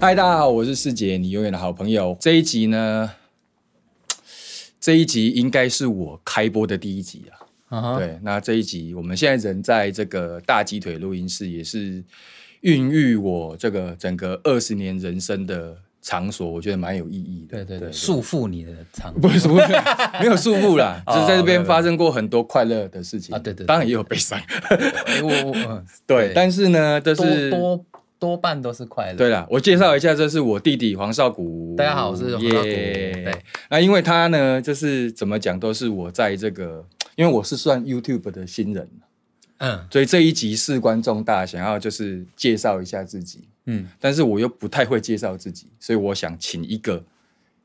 嗨，大家好，我是世杰，你永远的好朋友。这一集呢，这一集应该是我开播的第一集啊。嗯哼，对，那这一集我们现在人在这个大鸡腿录音室，也是孕育我这个整个二十年人生的场所，我觉得蛮有意义的。对对对， 束缚你的肠不是束缚，没有束缚啦，哦就是在这边对对发生过很多快乐的事情啊对对对当然也有悲伤。哎我我 嗯对，但是呢，这是多多多半都是快乐。对啦，我介绍一下，这是我弟弟黄少谷。大家好我是黄少谷耶对，那因为他呢，就是怎么讲，都是我在这个，因为我是算 YouTube 的新人，嗯所以这一集事关重大，想要就是介绍一下自己，嗯，但是我又不太会介绍自己，所以我想请一个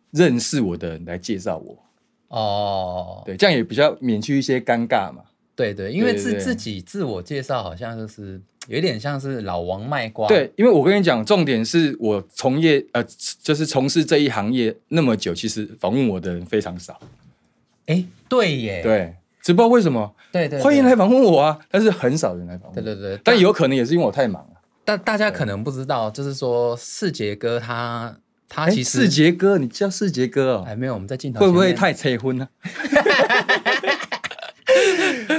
认识我的人来介绍我，哦，对，这样也比较免去一些尴尬嘛。对对，因为对对自对自己自我介绍好像就是有点像是老王卖瓜。对，因为我跟你讲，重点是我从业呃，就是从事这一行业那么久，其实访问我的人非常少，哎，对耶，对，只不知道为什么。对对，欢迎对来。访问我啊，但是很少人来访问。对对对，但有可能也是因为我太忙啊了。但大家可能不知道，就是说世杰哥他他哎，啊其世实杰哥，你叫世杰哥哦，哎没哎有我们在镜头会不会前面？太催婚啊呢？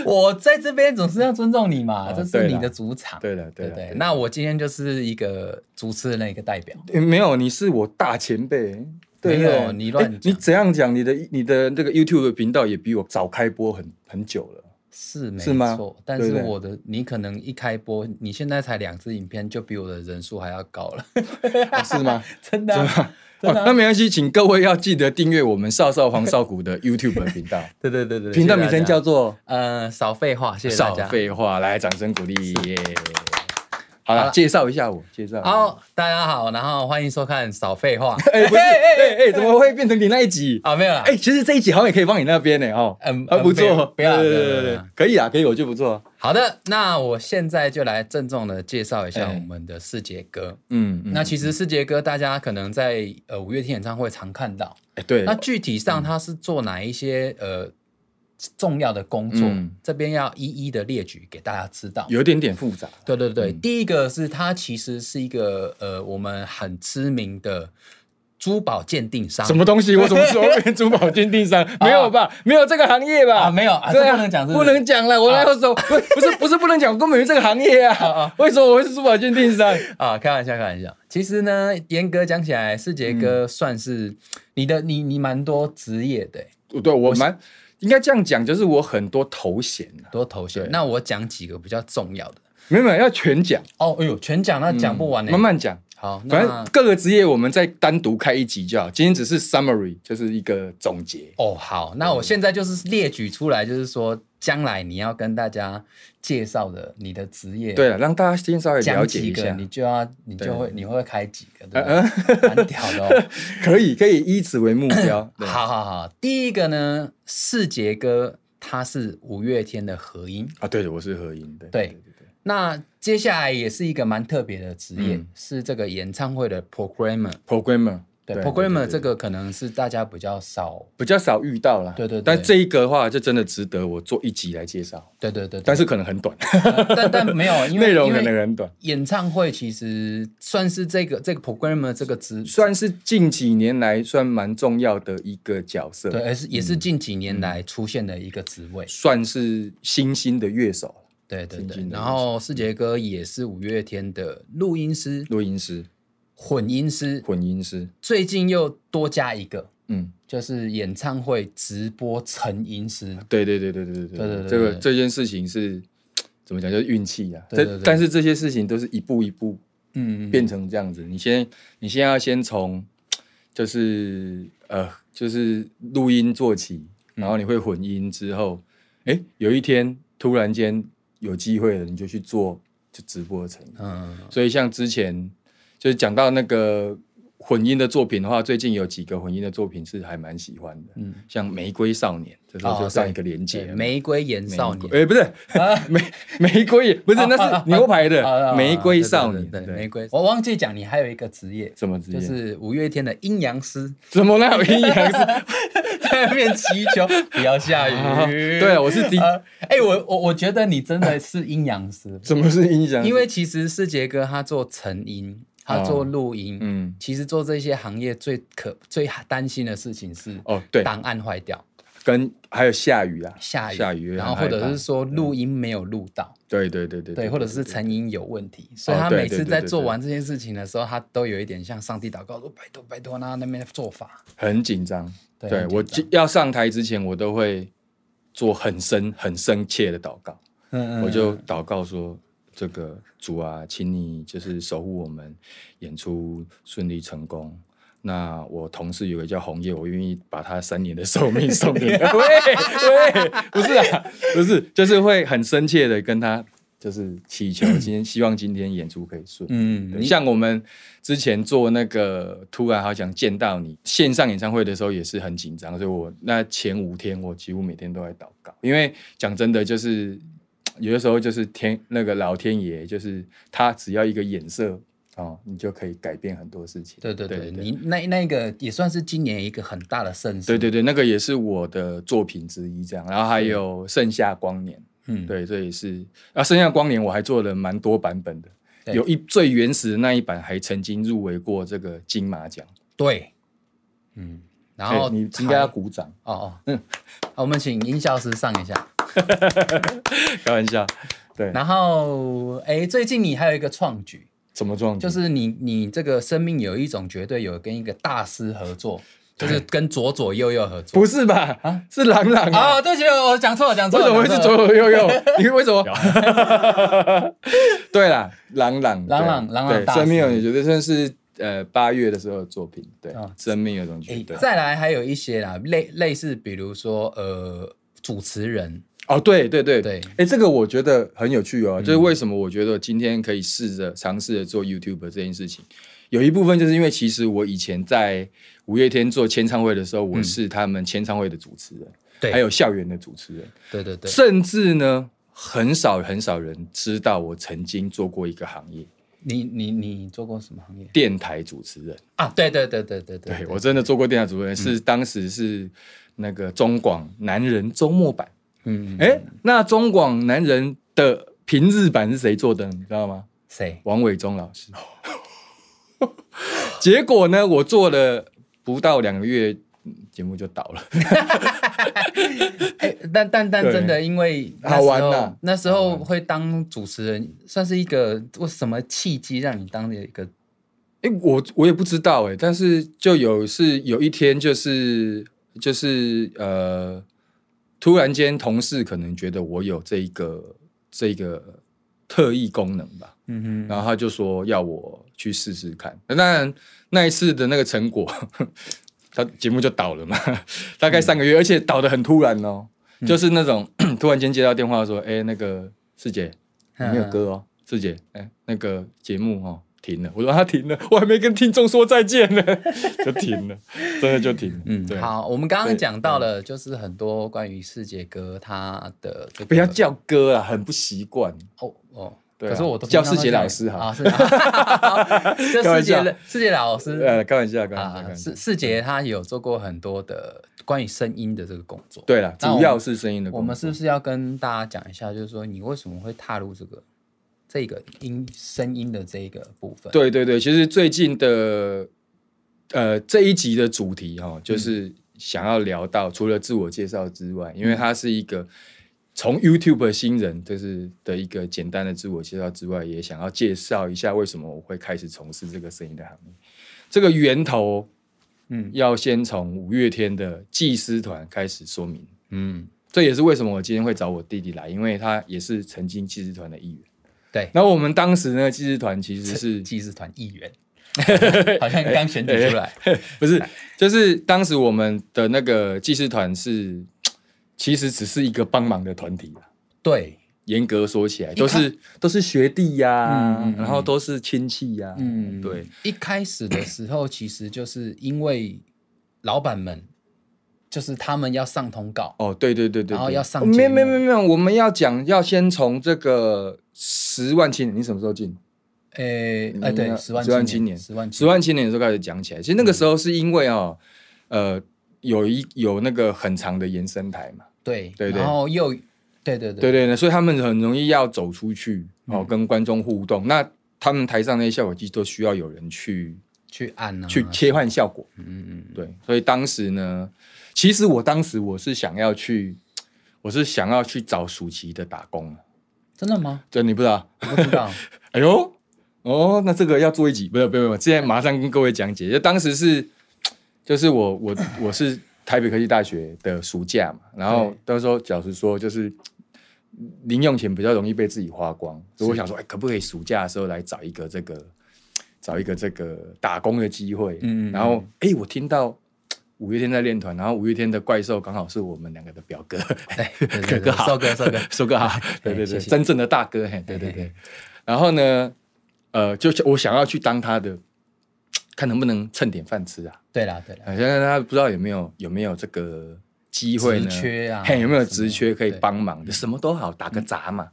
我在这边总是要尊重你嘛，哦这是对你啦的主场。对了，对对了，对，那我今天就是一个主持人的一个代表。诶哎没有，你是我大前辈。对没不有对你乱诶讲你怎样讲？你的你的那个 YouTube 的频道也比我早开播很很久了。是没是吗错，但对是不对我的你可能一开播，你现在才两支影片就比我的人数还要高 了，哦是吗？真的啊、哦 真的啊、那没关系，请各位要记得订阅我们少少黄少 谷的 YouTube 频道，对对对对，频道谢名谢大家称叫做呃少废话，“谢谢大少家。废话”，来，掌声鼓励耶！好好了，了介绍一下我，介绍一下。好，大家好，然后欢迎收看少废话 哎、不是，哎哎哎，怎么会变成你那一集？啊，没有啦，哎、其实这一集好像也可以放你那边呢，哦，嗯啊，不嗯不要错，不要对不对要不对要不对要，可以啊，可以，我就不错，好的，那我现在就来郑重的介绍一下哎我们的世杰哥。嗯，嗯那其实世杰哥，大家可能在呃五月天演唱会常看到，哎对，那具体上他是做哪一些、呃重要的工作？嗯这边要一一的列举给大家知道。有一嗯点点复杂，对对对，第一个是他其实是一个呃我们很知名的珠宝鉴定商。什么东西？我怎么说变 珠宝鉴定商？没有吧？没有这个行业吧？啊没有啊对这不能讲是不是不啊能讲了。我那时候不不是不是不能讲，我根本没这个行业啊啊。为什么我会是珠宝鉴定商？啊？开玩笑，开玩笑。其实呢，严格讲起来，世杰哥嗯算是、你的你你蛮多职业的欸， 对我蛮应该这样讲，就是我很多头衔啊，多头衔对。那我讲几个比较重要的没有没有要全讲，哦。哎呦，全讲那讲不完呢、嗯慢慢讲。好，那反正各个职业我们再单独开一集就好，今天只是 summary，就是一个总结。哦，好，那嗯我现在就是列举出来，就是说将来你要跟大家介绍的你的职业，对，啊了，让大家先稍微了讲解几一个下你，就要你对呃就会你会开几个，对不对？蛮屌的哦。可以可以以此为目 标。 对好好好，第一个呢，世杰哥他是五月天的合音，啊，对的，我是合音的。对那接下来也是一个蛮特别的职业，嗯是这个演唱会的 programmer。 ，programmer，对 programmer 这对个可能是大家比较少，比较少遇到啦。对对对但这一个的话，就真的值得我做一集来介绍，对对对对但是可能很短，但但没有，因 为内容因为可能很短。演唱会其实算是这个这个 programmer 这个职，算是近几年来算蛮重要的嗯一个角色，对，，而是也是近几年来出现的一个职位，算是新兴的乐手、对对近几对。年然后世杰哥也是五月天的录音师、录音师、混音师，混音师，最近又多加一个，嗯，就是演唱会直播成音师。对对对对对对对对对这个对这件事情是怎么讲？就是运气啊。对对这对但是这些事情都是一步一步嗯，变成这样子。你先，你先要先从就是呃，就是录音做起，嗯然后你会混音之后，哎、有一天突然间有机会了，你就去做就直播成。嗯，所以像之前就是讲到那个混音的作品的话，最近有几个混音的作品是还蛮喜欢的，嗯像《玫瑰少年》，这时候哦就上对一个连对接、玫瑰岩少玫年瑰，哎、不 是玫玫瑰，不是那是牛排啊啊啊的 啊玫瑰少年，对对对玫瑰。我忘记讲，你还有一个职业，什么职业？就是五月天的阴阳师，怎么那有阴阳 师？在那边祈求不要下啊 雨。对啊，我是第，呃，哎、我我我觉得你真的是阴阳师 什么是阴阳？因为其实世杰哥他做成音，他做录音，嗯，其实做这些行业最可最担心的事情是哦对，档案坏掉、跟还有下雨啊，下雨，下雨然后很害或怕者是说录音没有录到，对对对对对，或者是成因有问题，所以哦他对每对次对在对做对完这件事情的时候，他都有一点像上帝祷告说：“拜托，拜托，那那边做法。很紧张。对对很我紧张要上台之前，我都会做很深、很深切的祷告，”嗯我就祷告说：“这个主啊，请你就是守护我们演出顺利成功。”那我同事有个叫红叶，我愿意把他三年的寿命送 给他。喂喂，不是啊，不是，就是会很深切的跟他就是祈求，今天希望今天演出可以顺利。嗯，对你像我们之前做那个《突然好想见到你》线上演唱会的时候，也是很紧张，所以我那前五天我几乎每天都在祷告，因为讲真的，就是有的时候就是天那个老天爷，就是他只要一个眼色哦，你就可以改变很多事情。对对对对，你那那个也算是今年一个很大的盛事。对，对对，那个也是我的作品之一，这样。然后还有《盛夏光年》，嗯，对，这也是啊，《盛夏光年》我还做了蛮多版本的。对有一最原始的那一版还曾经入围过这个金马奖，对，嗯，然对后你应该要还鼓 掌，哦哦，嗯，我们请音效师上一下。开玩笑。对，然后，哎，最近你还有一个创举，怎么撞击？就是你你这个生命有一种绝对有跟一个大师合作，就是跟左左右右合作。不是吧？是朗朗啊！啊，对不起，我讲错了，讲错为了。什么会是讲错了左左右 右？你为什么？ 对啦，朗朗，朗朗对朗朗对大师生命有你觉得算是呃八月的时候的作品，对啊，生命有种觉诶得。再来还有一些啦，类类似，比如说呃，主持人，哦，对对对对嗯哎，这个我觉得很有趣哦，就是为什么我觉得今天可以试着尝试着做 YouTube 这件事情，有一部分就是因为其实我以前在五月天做签唱会的时候，我是他们签唱会的主持人，嗯对还有校园的主持人，对对对，甚至呢，很少很少人知道我曾经做过一个行业你你你做过什么行业——电台主持人。啊？对对对对对嗯对我真的做过电台主持人，是当时是那个中广男人周末版。嗯，哎，那中广男人的平日版是谁做的？你知道吗？谁？王伟忠老师。 结果呢，我做了不到两个月，嗯节目就倒了。哎，但但但对真的，因为那好玩时候呐那时候会当主持人，算是一个为什么契机让你当了一个哎、我我也不知道哎、但是就有是有一天就是就是呃，突然间同事可能觉得我有这一个这一个特异功能吧，嗯哼，然后他就说要我去试试看。那当然那一次的那个成果， 他节目就倒了嘛， 大概三个月，而且倒的很突然哦，就是那种 突然间接到电话说，哎、那个师姐，你没有歌哦，师姐，哎、那个节目哦停了。我说他停了，我还没跟听众说再见呢， 就停了，真的就停了。嗯，对嗯，。好，我们刚刚对讲到了，就是很多关于世界哥他的这个不要叫哥啊，很不习惯。哦哦，对啊可是我都叫平常世杰都叫老师哈啊，是，啊 开就世玩笑杰世杰老师呃，开玩笑，开玩笑，开啊，玩笑世。世杰他有做过很多的关于声音的这个工作。，对了，那主我们要是声音的我工作。们是不是要跟大家讲一下，就是说你为什么会踏入这个这个音声音的这一个部分？，对对对，其实最近的呃这一集的主题哈、嗯哦，就是想要聊到、除了自我介绍之外，因为它是一个从 YouTube 新人就是的一个简单的自我介绍之外，也想要介绍一下为什么我会开始从事这个声音的行业。这个源头，嗯，要先从五月天的技师团开始说明。嗯，这也是为什么我今天会找我弟弟来，因为他也是曾经技师团的一员。对，然后我们当时呢，技师团其实是技师团议 员，好像刚选举出来。不是，就是当时我们的那个技师团是，其实只是一个帮忙的团体啦。对，严格说起来，都是都是学弟呀、嗯嗯然后都是亲戚呀、嗯，对，一开始的时候，其实就是因为老板们，就是他们要上通告，哦，对对对对对然后要上哦没节有目没有没有没有，我们要讲要先从这个十万青年，你什么时候进？诶、嗯哎，对，那十万十万青青年十万十万青年的时候开始讲起来，其实那个时候是因为哦，呃，有一有那个很长的延伸台嘛。对对对然后又对对对对嗯对对，所以他们很容易要走出去哦，跟观众互动。那他们台上那些效果机都需要有人去去按啊，去切换效果。嗯，嗯嗯，对，所以当时呢，其实我当时我是想要去，我是想要去找暑期的打工啊。真的吗？这你不知道？我不 知道，哎呦，哦，那这个要做一集，不是，不是，不是，现在马上跟各位讲解。就当时是，就是我我我是台北科技大学的暑假嘛，然后到时候老实说，就是零用钱比较容易被自己花光，所以我想说，哎，可不可以暑假的时候来找一个这个找一个这个打工的机会？嗯嗯嗯然后哎，我听到。五月天在练团，然后五月天的怪兽刚好是我们两个的表哥，对哥对对哥对好，瘦哥瘦哥， 说个哈，对对哎谢对，谢真正的大哥，嘿，对对嘿对。然后呢，呃，就想我想要去当他的，看能不能蹭点饭吃啊。对啦对啦，呃现在他不知道有没有有没有这个机会呢？职缺啊嘿，有没有什么职缺可以对嗯帮忙的？什么都好，打个杂嘛。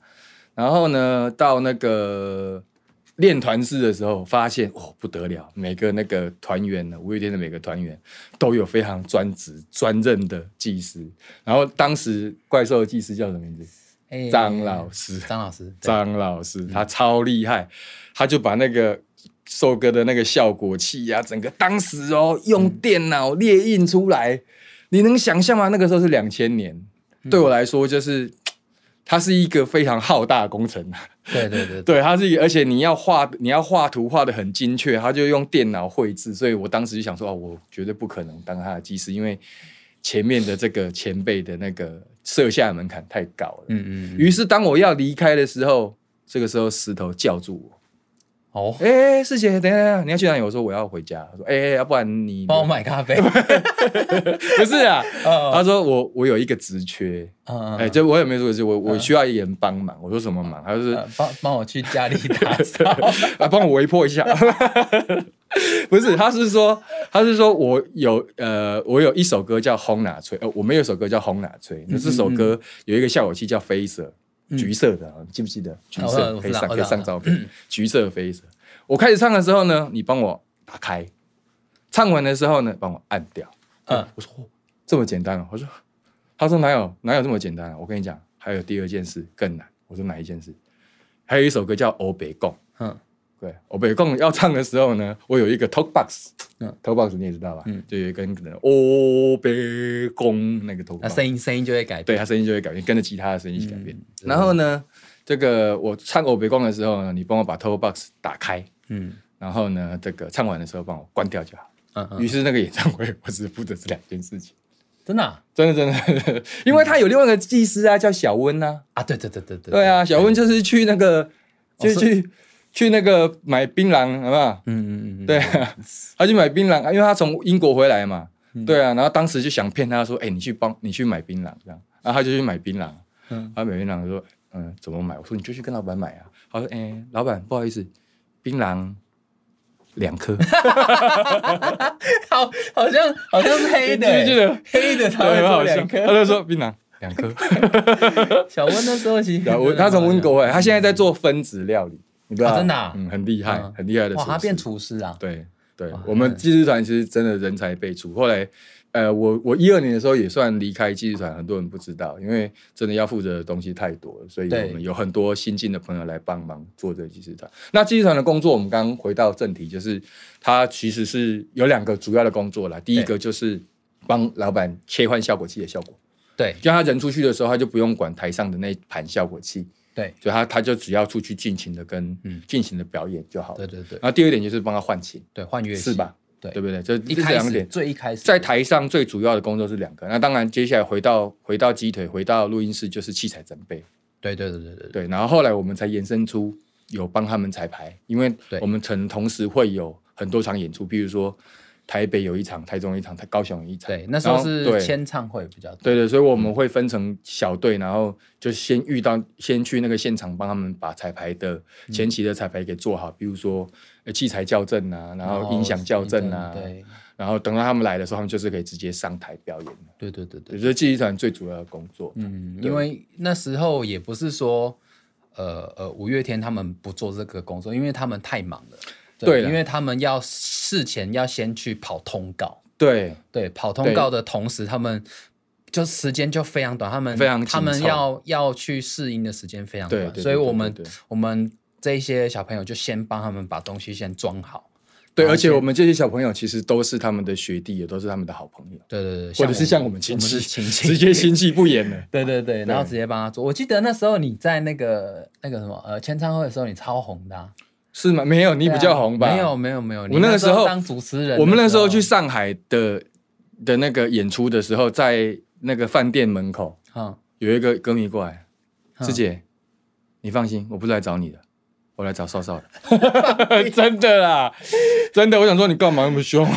然后呢，到那个练团式的时候，发现哦不得了，每个那个团员呢，五月天的每个团员都有非常专职、专任的技师。然后当时怪兽的技师叫什么名字？哎张老师，张老师，对张老师他超厉害，他就把那个瘦哥的那个效果器啊，整个当时哦用电脑列印出来，你能想象吗？那个时候是两千年，对我来说就是。它是一个非常浩大的工程，啊对对对对， 对，它是一个，而且你要画，你要画图画的很精确，他就用电脑绘制，所以我当时就想说，哦，我绝对不可能当他的技师，因为前面的这个前辈的那个设下的门槛太高了，嗯嗯嗯，于是当我要离开的时候，这个时候石头叫住我哦：“，哎、师姐，等一下，你要去哪里？”我说：“我要回家。”他说：“哎、哎要不然你帮我买 咖啡，不是啊？” 哦，他说：“我我有一个职缺，嗯哎、嗯，就我也没说是我我需要一人帮忙。”我说：“什么忙？”他就是呃帮帮我去家里 打扫，啊，帮我围破一下。 不是，他是说，他是说我有呃，我有一首歌叫《轰哪吹》，呃，我们有一首歌叫《轰哪吹》，嗯那这首歌有一个效果器叫飞色，橘色的，记不记得？橘啊我色嗯我可知以道嗯上可我知以道上照片，橘色飞色。我开始唱的时候呢，你帮我打开；唱完的时候呢，帮我按掉。嗯，我说、哦、这么简单啊！我说，他说哪有哪有这么简单啊！我跟你讲，还有第二件事更难。我说哪一件事？还有一首歌叫《欧北贡》。嗯，对，哦我北贡要唱的时候呢，我有一个 talk box，嗯嗯，talk box 你也知道吧？嗯嗯，就有一根可能欧北贡那个 talk 那 box，啊声音声音就会改变，对，他声音就会改变，跟着吉他的声音一起改变。嗯然后呢，这个我唱欧北贡的时候呢，你帮我把 talk box 打开，嗯然后呢，这个唱完的时候帮我关掉就好。嗯于嗯，是那个演唱会，我只负责这两件事情。真的啊真的真的，因为他有另外一个技师啊，叫小温啊。啊，对对对对对，对啊，小温就是去那个，就哦去去那个买槟榔，好不好？嗯，嗯嗯嗯，对啊，他去买槟榔，因为他从英国回来嘛。嗯对啊，然后当时就想骗他说：“哎，你去帮你去买槟榔这样。”然后他就去买槟榔，嗯他买槟榔说：“嗯，怎么买？”我说：“你就去跟老板买啊。”他说：“哎，老板，不好意思，槟榔两 颗。 好，好像好像是”黑你记不的记欸， 得？黑的才对很会做好笑两他颗。就说槟榔两 颗。小温那时候其实对啊，我真的他从蛮温好哥回来，他现在在做分子料理，你不知道？啊真的啊嗯，很厉害嗯，很厉害的厨笑哇，师。他变厨师啊，对对哇，我们技术团其实真的人才辈出。后来，呃，我我一二年的时候也算离开技术团，很多人不知道，因为真的要负责的东西太多了，所以对我们有很多新进的朋友来帮忙做这个技术团。那技术团的工作，我们刚刚回到正题，就是它其实是有两个主要的工作啦。第一个就是帮老板切换效果器的效果，对就他人出去的时候，他就不用管台上的那盘效果器，对就他他就只要出去尽情的跟嗯尽情的表演就好了。对对对然后第二点就是帮他换琴。对，换乐器是吧？对对不对？这一这开两始点，最一开始在台上最主要的工作是两个。那当然，接下来回到回到鸡腿，回到录音室就是器材准备，对对对对对对对。然后后来我们才延伸出有帮他们彩排，因为对我们曾同时会有很多场演出，比如说台北有一场，台中有一场，台高雄有一场。对，那时候然后对是签唱会比较多，对对，所以我们会分成小队，然后就先遇到，先去那个现场帮他们把彩排的嗯前期的彩排给做好，比如说呃器材校正啊，然哦后音响校正啊，对然后等到他们来的时候，他们就是可以直接上台表演了。对对对对也，就是记忆团最主要的工作。嗯，对因为那时候也不是说，呃呃，五月天他们不做这个工作，因为他们太忙了。对啦因为他们要事前要先去跑通告，对对，跑通对告的同时，他们就时间就非常短，他们非常紧他们凑要要去适应的时间非常短，对对对所以我对们对对我们这一些小朋友就先帮他们把东西先装好。对，然后而且先我们这些小朋友其实都是他们的学弟，也都是他们的好朋友，对对对，或者是像我我们们亲我戚，们是亲戚，直接亲戚不演 了。对对对，然后对直接帮他做。我记得那时候你在那个那个什么呃签唱会的时候，你超红的啊、是吗？没有，你你比较红吧？没有没有没有，你我那个时时候当主持人，我们那时候去，上海的的那个演出的时候，在那个饭店门口嗯，有一个歌迷过来，嗯师姐，你放心，我不是来找你的，我来找少少的。 真的啦，真的，我想说你干嘛那么凶？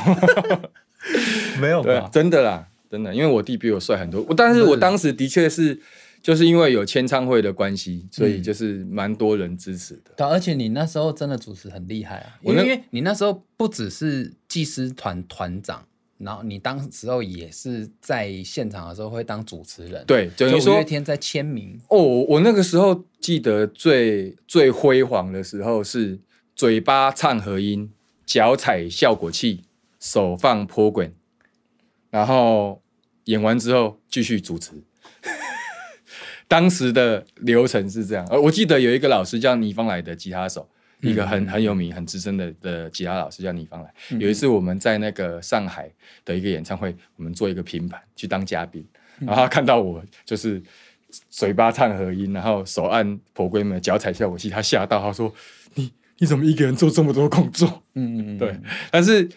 没有对啊，？真的啦，真的，因为我弟比我帅很多，我但是我当时的确是。就是因为有签唱会的关系，所以就是蛮多人支持的。对，啊而且你那时候真的主持很厉害啊，因我那为因为你那时候不只是技师团团长，然后你当时候也是在现场的时候会当主持人，，对，等就于五说月天在签名，哦，我我那个时候记得最最辉煌的时候是嘴巴唱和音，脚踩效果器，手放波滚，然后演完之后继续主持。当时的流程是这样，呃，我记得有一个老师叫倪芳来的吉他手，一个很很有名、很资深的的吉他老师叫倪芳来。有一次我们在那个上海的一个演唱会，我们做一个拼盘去当嘉宾，然后他看到我就是嘴巴唱和音，然后手按婆闺们脚踩效果器，他吓到，他说：“你你怎么一个人做这么多工作嗯？”对，但是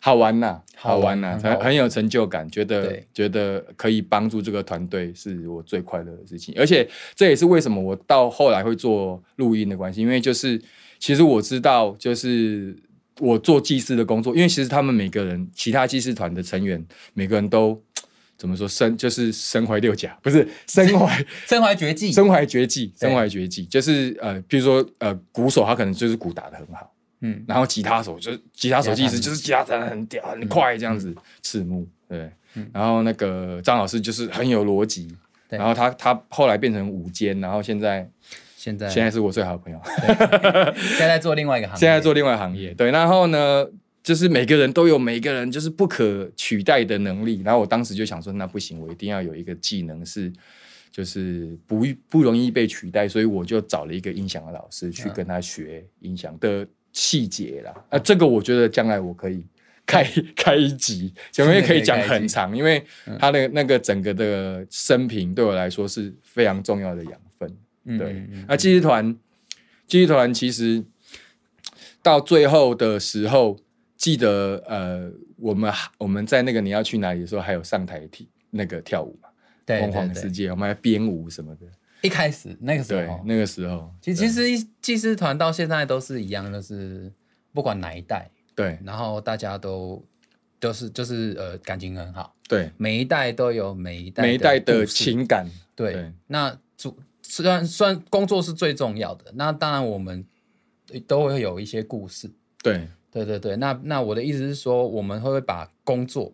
好玩呐、好好玩玩呐、很好很很有成就感，觉得对觉得可以帮助这个团队是我最快乐的事情，而且这也是为什么我到后来会做录音的关系，因为就是其实我知道就是。我做技师的工作，因为其实他们每个人，其他技师团的成员，每个人都怎么说身就是身怀六甲，不是 身怀身怀绝技，身怀绝技，对身怀绝技就是呃，比如说呃，鼓手他可能就是鼓打得很好，嗯，然后吉他手就是吉他手技师嗯吉他手就是吉他弹得很屌很快这样子，赤木对，然后那个张老师就是很有逻辑，对然后他他后来变成舞间，然后现在现在现在是我最好的朋友，现在在做另外一个行业，现在做另外行业，对，然后呢，就是每个人都有每一个人就是不可取代的能力，然后我当时就想说，那不行，我一定要有一个技能是。就是不不容易被取代，所以我就找了一个音响的老师去嗯跟他学音响的细节啦。 啊，这个我觉得将来我可以开开一集，前面可以讲很长，因为他的那个整个的生平对我来说是非常重要的养分。嗯对嗯，嗯那记忆团，记忆团其实到最后的时候，记得呃，我们我们在那个你要去哪里的时候，还有上台体那个跳舞嘛，对疯狂对的世对，界，我们还编舞什么的。一开始那个时对候，，那个时候，对其其实一技师团到现在都是一样，就是不管哪一代，对然后大家都都是就是呃感情很好，对，每一代都有每一代每一代的的故事情感，对。对那主虽然虽然工作是最重要的，那当然我们都会有一些故事，对对对对。那那我的意思是说，我们会不会把工作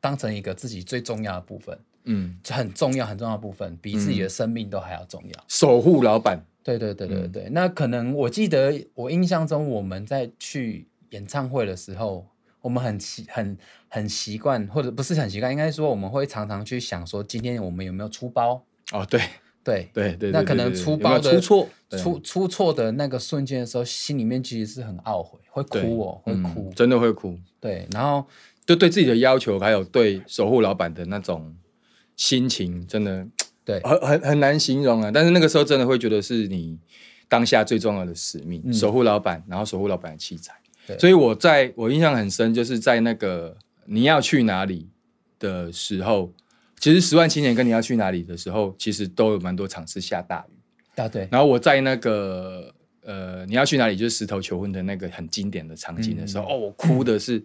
当成一个自己最重要的部分，嗯，很重要很重要的部分，比自己的生命都还要重要。守护老板，对对对对嗯对，那可能我记得我印象中我们在去演唱会的时候，我们很习很很习惯，或者不是很习惯，应该说我们会常常去想说，今天我们有没有出包？哦，对对，对对，那对可能对对出有没包有的出错，对出出错的那个瞬间的时候，心里面其实是很懊悔，会哭哦，会嗯哭。真的会哭，对，然后就对自己的要求，还有对守护老板的那种心情，真的对很很很难形容啊。但是那个时候真的会觉得是你当下最重要的使命，嗯守护老板，然后守护老板的器材对。所以我在我印象很深，就是在那个你要去哪里的时候，其实十万青年跟你要去哪里的时候，其实都有蛮多场是下大雨。啊对，然后我在那个呃，你要去哪里？就是石头求婚的那个很经典的场景的时候，嗯哦，我哭的是、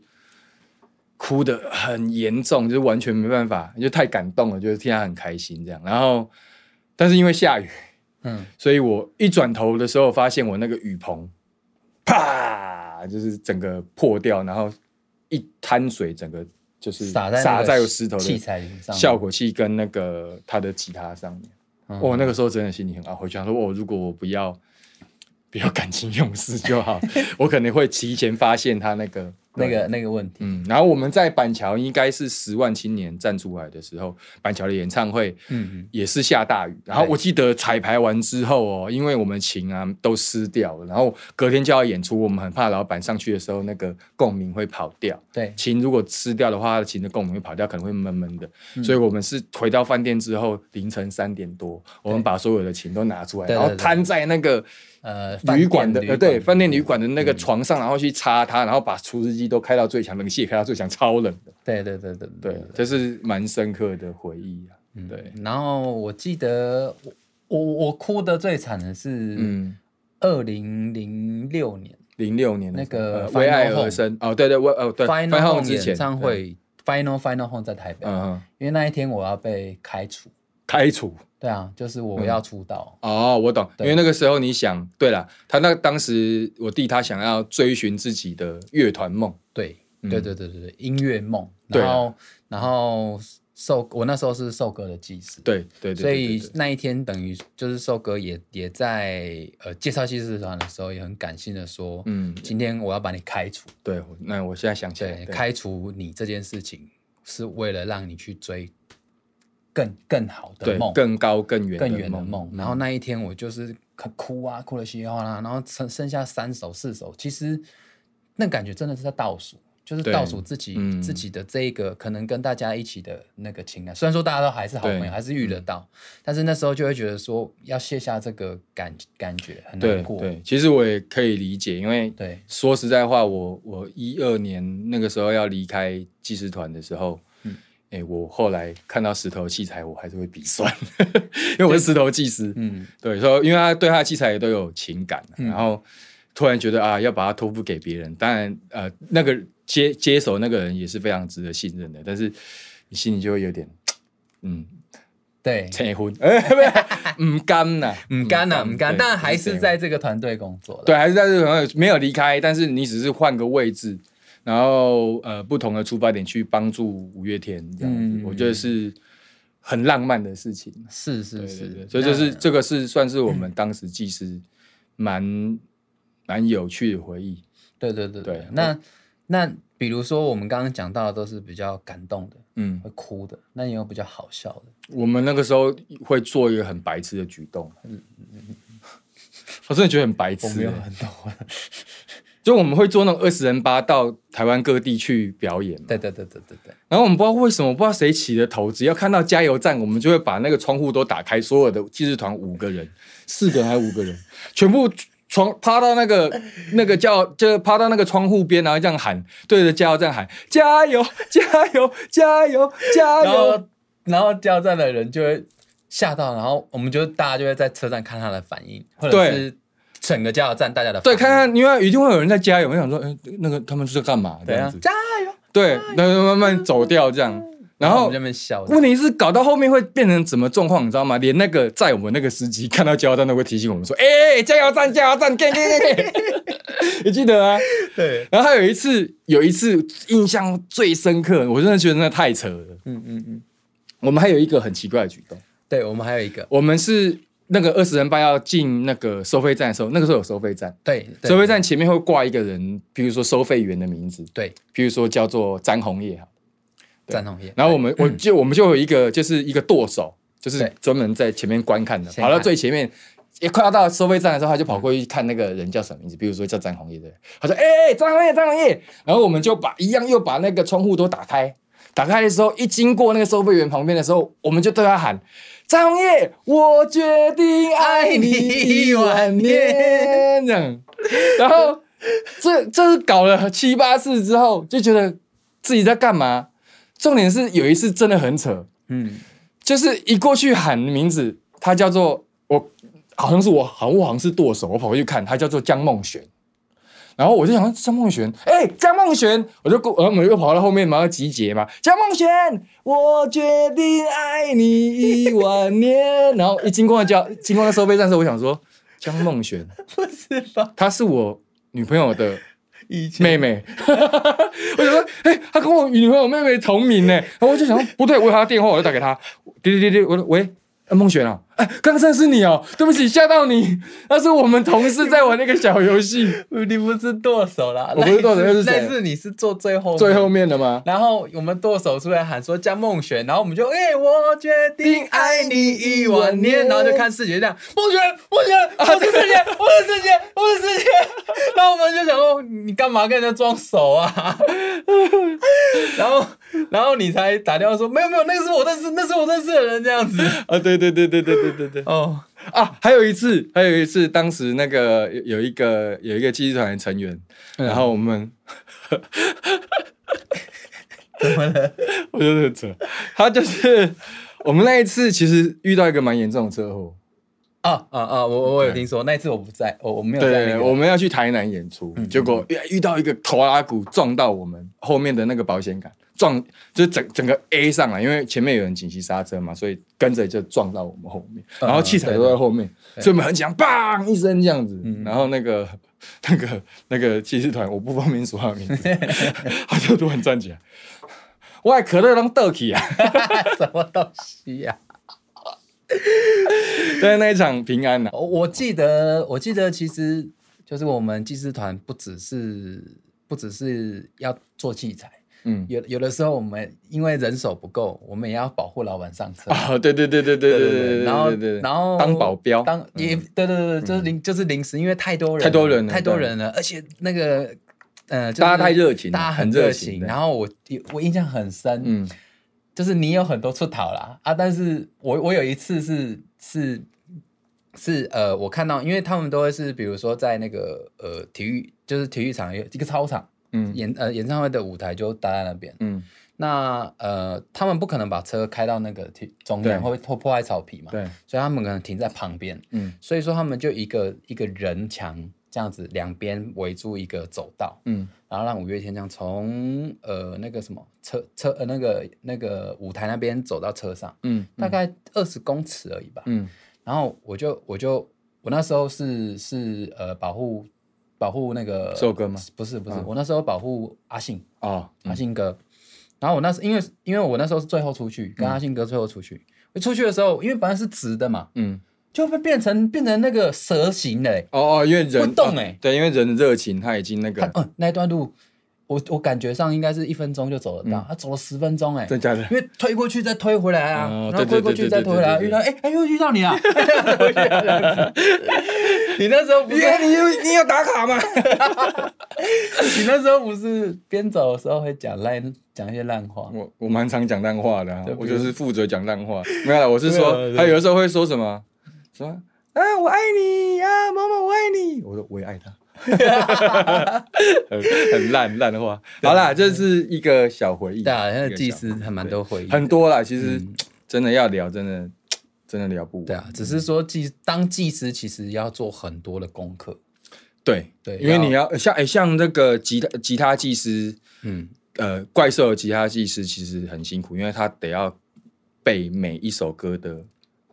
哭的很严重，就是完全没办法，就太感动了，就是替他很开心这样。然后，但是因为下雨，嗯，所以我一转头的时候，发现我那个雨棚，啪，就是整个破掉，然后一滩水，整个就是撒在那洒个在我石头器的材上面，效果器跟那个他的吉他上面。嗯我、那个时候真的心里很懊悔，想说我、哦、如果我不 要不要感情用事就好，我可能会提前发现他那个那个那个问题。嗯，然后我们在板桥应该是十万青年站出来的时候，板桥的演唱会嗯，也是下大雨。然后对我记得彩排完之后哦，因为我们琴啊都湿掉了，然后隔天就要演出，我们很怕老板上去的时候那个共鸣会跑掉。对，琴如果湿掉的话，琴的共鸣会跑掉，可能会闷闷的。嗯所以我们是回到饭店之后，凌晨三点多，我们把所有的琴都拿出来，对对然后对摊在那个呃，旅馆的呃呃，对，饭店旅馆的那个床上，然后去擦它，然后把除湿机都开到最强，冷气也开到最强，超冷的。对对对对对，这是蛮深刻的回忆啊。对，嗯然后我记得我我我哭的最惨的是嗯，二零零六年零六年的那个时候呃为 Final 爱而 Home 生哦，对对，为哦对 Final Final Home Home 之前演唱，对会，Final Final Home 在台北，嗯嗯，因为那一天我要被开除。开除。对啊，就是我要出道。哦，我懂，因对为那个时候你想，对了，他那当时我弟他想要追寻自己的乐团梦，对嗯对对对对对，音乐梦。对啊然后然后受我那时候是受哥的技师，对对对，所对以对那一天等于就是受哥也也在呃介绍技师团的时候也很感性的说，嗯，今天我要把你开除，对，我那我现在想起来，对，对开除你这件事情是为了让你去追更更好的对梦，更高更远更远的梦梦。，嗯然后那一天我就是可哭啊，哭的稀里哗啦，然后剩剩下三首四首，其实那感觉真的是在倒数，就是对倒数自己、嗯自己的这一个可能跟大家一起的那个情啊感。虽然说大家都还是好朋对嗯友，还是遇得到，但是那时候就会觉得说要卸下这个感感觉很难对过。对，其实我也可以理解，因为对说实在话，我我一二年那个时候要离开技师团的时候，嗯嗯，哎、我后来看到石头器材，我还是会鼻酸，因为我是石头技师，嗯，对，所以因为他对他的器材也都有情感，啊嗯然后突然觉得啊，要把它托付给别人，当然呃，那个接接手那个人也是非常值得信任的，但是你心里就会有点，嗯，对，切婚，嗯，甘呐，嗯唔甘呐，唔甘，对但还对是在这个团队工作了。对，还是在这个团队没有离开，但是你只是换个位置，然后呃不同的出发点去帮助五月天这样子，嗯我觉得是很浪漫的事情。是是对是，对对，所以这是那这个是算是我们当时技师蛮蛮有趣的回忆。对对对对对。那那比如说我们刚刚讲到的都是比较感动的，嗯，会哭的，那也有比较好笑的，我们那个时候会做一个很白痴的举动，嗯 我真的觉得很白痴、欸 多。就我们会做那种二十人八到台湾各地去表演嘛。对对对对对对，然后我们不知道为什么，不知道谁起的头，只要看到加油站，我们就会把那个窗户都打开，所有的技术团五个人，四个人还是五个人， 全部床趴到那个那个叫就是趴到那个窗户边，然后这样喊，对着加油站喊加油加油加油加然油。后然后加油站的人就会吓到，然后我们就大家就会在车站看他的反应，或者对是整个加油站大家的对，反看应看，因为一定会有人在加油。我想说，哎、那个他们是在干嘛？这对样啊子，，加油，对，然后慢慢走掉这样。然我后们在那边笑，问题是搞到后面会变成怎么状况，你知道吗？连那个在我们那个司机看到加油站都会提醒我们说：“哎、加油站，加油站，给给给 给！”你记得啊？对，然后还有一次，有一次印象最深刻，我真的觉得那太扯了。嗯嗯嗯，我们还有一个很奇怪的举动，对我们还有一个，我们是那个二十人班要进那个收费站的时候，那个时候有收费站，对，对收费站前面会挂一个人，比如说收费员的名字，对比如说叫做詹红叶哈。对站红叶，然后我们我就我们就有一个就是一个剁手，就是对专门在前面观看的，先跑到看最前面。也快要到收费站的时候，他就跑过去看那个人叫什么名字，比如说叫张红叶的，他说：“哎、张红叶，张红叶。”然后我们就把一样又把那个窗户都打开，打开的时候，一经过那个收费员旁边的时候，我们就对他喊：“张红叶，我决定爱你一万年。”这样，然后这这是搞了七八次之后，就觉得自己在干嘛？重点是有一次真的很扯， 嗯，就是一过去喊名字，他叫做我，好像是我，好像我好像是剁手，我跑过去看，他叫做江梦璇。然后我就想说江梦璇，哎、江梦璇，我就过，然后我们又跑到后面嘛，要集结嘛，江梦璇，我决定爱你一万年。然后一经过那叫经过那收费站的时候，我想说江梦璇，不是吧？她是我女朋友的以前妹 妹，我想说，哎、她跟我女朋友妹 妹同名呢，然后我就想说，不对，我有她的电话，我就打给她，滴滴滴滴，我说喂，呃梦璇啊，哎，刚才是你哦，对不起，吓到你。 那是我们同事在玩那个小游戏，你不是剁手啦，我不是剁手那一次那是谁那次你是坐最后 面最后面的吗？然后我们剁手出来喊说江梦璇，然后我们就哎、我决定爱你一哎万年，然后就看世界这样，梦璇，梦璇，我的世界，我的世界，我的世界，然后我们就想说你干嘛跟人家装熟啊？ 然后然后你才打电话说没有没有，那个是我认识，那是我认识的人 这样子。啊，对对对对对对对对。哦，啊，还有一次，还有一次，当时那个有有一个有一个技术团的成员，然后我们 怎么了？我就是很扯，他就是我们那一次其实遇到一个蛮严重的车祸，啊啊啊！我我有对听说，那一次我不在，我我没有在那对，个。我们要去台南演出，结果遇遇到一个头拉骨撞到我们后面的那个保险杆，撞就是整整个 A 上来，因为前面有人紧急刹车嘛，所以跟着就撞到我们后面，嗯然后器材都在后面，对所以我们很想砰一声这样子，嗯然后那个。那个那个骑士团，我不方便说他的名字，他就突然站起来，我的可乐都倒去啊！ 什么东西呀、对，那一场平安呐、我哦我记得，我记得其实就是我们技师团不只是不只是要做器材，嗯，有有的时候我们因为人手不够，我们也要保护老板上车。啊，对对对对对对对，然后对对对然后当保镖，嗯当也对对对，就是临就是临时，因为太多人了，太多人了太多对人了，而且那个呃，就是大家太热情了大家很很热热情情。对然后我我印象很深，嗯就是你有很多出逃啦啊，但是我我有一次是是是呃，我看到，因为他们都会是比如说在那个呃体育，就是体育场有一个操场嗯演呃演唱会的舞台就搭在那边，嗯，那呃他们不可能把车开到那个体中央，对会破破坏草皮嘛，对，所以他们可能停在旁边，嗯所以说他们就一个一个人墙这样子，两边围住一个走道，嗯然后让五月天这样从呃那个什么车车呃那个那个舞台那边走到车上，嗯大概二十公尺而已吧。嗯然后我就我就我那时候是是呃保护保护那个是我哥吗？不是不是，啊我那时候保护阿信哦，阿嗯信哥。然后我那时因为因为我那时候是最后出去，嗯跟阿信哥最后出去。我出去的时候，因为本来是直的嘛，嗯就会变成变成那个蛇形的、欸。哦哦，因为人会动哦欸对，因为人热情，他已经那他个嗯，那一段路，我我感觉上应该是一分钟就走得嗯到，他走了十分钟哎、真假的因为推过去再推回来啊，哦然后推过去再推回来啊，对遇对对对对到哎哎又遇到你啊， 你那时候不是耶，你有你有打卡吗？你那时候不是边走的时候会讲烂讲一些烂话， 我我蛮常讲烂话的啊对，我比如就是负责讲烂话。没有啦，我是对啊说，对他有的时候会说什么，说啊我爱你啊某某我爱你，我说我也爱他， 很很烂烂的话。好啦，这是一个小回忆，啊对啊，嗯一那个嗯个技小师还蛮多回忆的，很多啦，其实真的要聊，真的真的聊不完。对啊，只是说技当技师其实要做很多的功课，对对因为你要像哎、像那个吉他吉他技师，嗯，呃，怪兽的吉他技师其实很辛苦，因为他得要背每一首歌的，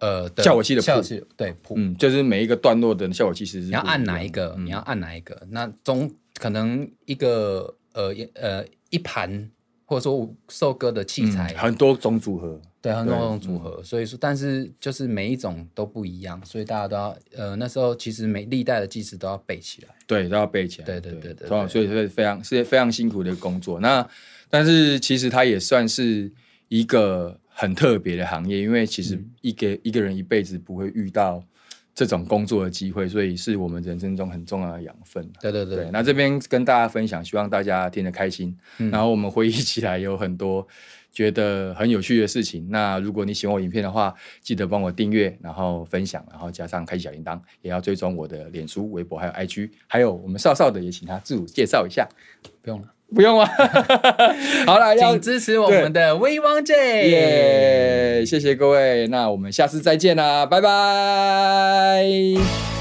呃，对效果器的谱效果器对谱，嗯，就是每一个段落的效果技师是你要按哪一个？个，你要按哪一个，那中可能一个呃也呃一盘或者说五首歌的器材，嗯很多种组合，对很多对嗯种组合，所以说但是就是每一种都不一样，所以大家都要呃那时候其实每历代的技师都要背起来，对，都要背起来。对对对对通常对所以是非常是非常辛苦的一个工作。那但是其实它也算是一个很特别的行业，因为其实嗯一个、一个人一辈子不会遇到这种工作的机会，所以是我们人生中很重要的养分。啊对对对对，，那这边跟大家分享，希望大家听得开心。然后我们回忆起来有很多觉得很有趣的事情。那如果你喜欢我影片的话，记得帮我订阅，然后分享，然后加上开启小铃铛，也要追踪我的脸书、微博还有 IG，还有我们少少的也请他自我介绍一下。不用了，不用啊， 好了，要请支持我们的威汪 J，耶谢谢各位，那我们下次再见啦，拜拜。